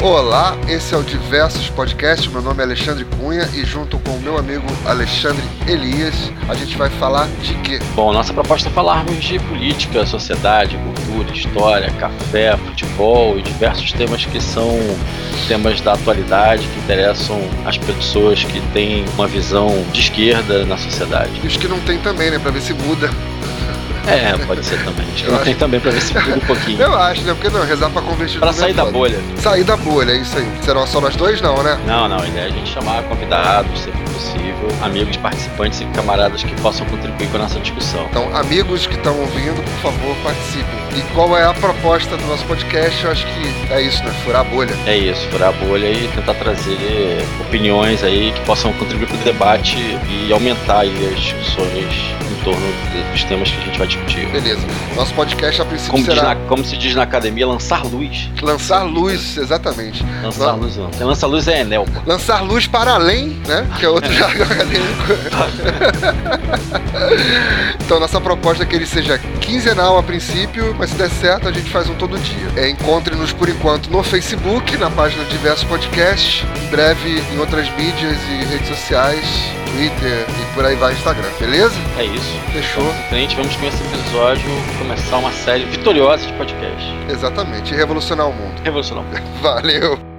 Olá, esse é o Diversos Podcast. Meu nome é Alexandre Cunha e, junto com o meu amigo Alexandre Elias, a gente vai falar de quê? Bom, nossa proposta é falarmos de política, sociedade, cultura, história, café, futebol e diversos temas que são temas da atualidade que interessam as pessoas que têm uma visão de esquerda na sociedade. E os que não tem também, né? Pra ver se muda. É, pode ser também. Acho que Eu não acho- tem também pra ver se muda um pouquinho. Eu acho, né? Porque não, rezar pra convertir Pra sair da bolha. é né? Sair da bolha, é isso aí. Serão só nós dois, não, né? Não, não, a ideia é a gente chamar convidados, sempre possível, amigos, participantes e camaradas que possam contribuir com a nossa discussão. Então, amigos que estão ouvindo, por favor, participem. E qual é a proposta do nosso podcast? Eu acho que é isso, né? Furar a bolha. É isso, furar a bolha e tentar trazer opiniões aí que possam contribuir para o debate e aumentar aí as discussões em torno de- dos temas que a gente vai discutir. Beleza. Nosso podcast, a princípio, Como, diz será na- como se diz na academia, lançar luz. lançar luz, exatamente. Lançar Não. luz não. Quem lança luz é Enel. pô. Lançar luz para além, né? Que é outro jargão acadêmico. então, nossa proposta é que ele seja quinzenal a princípio, mas se der certo, a gente faz um todo dia. É, Encontre-nos por enquanto no Facebook, na página Diversos Podcasts, em breve em outras mídias e redes sociais, Twitter e por aí vai Instagram, beleza? É isso. Fechou. Em frente, vamos com esse episódio começar uma série vitoriosa de podcast. Exatamente. E revolucionar o mundo. Revolucionário. Valeu!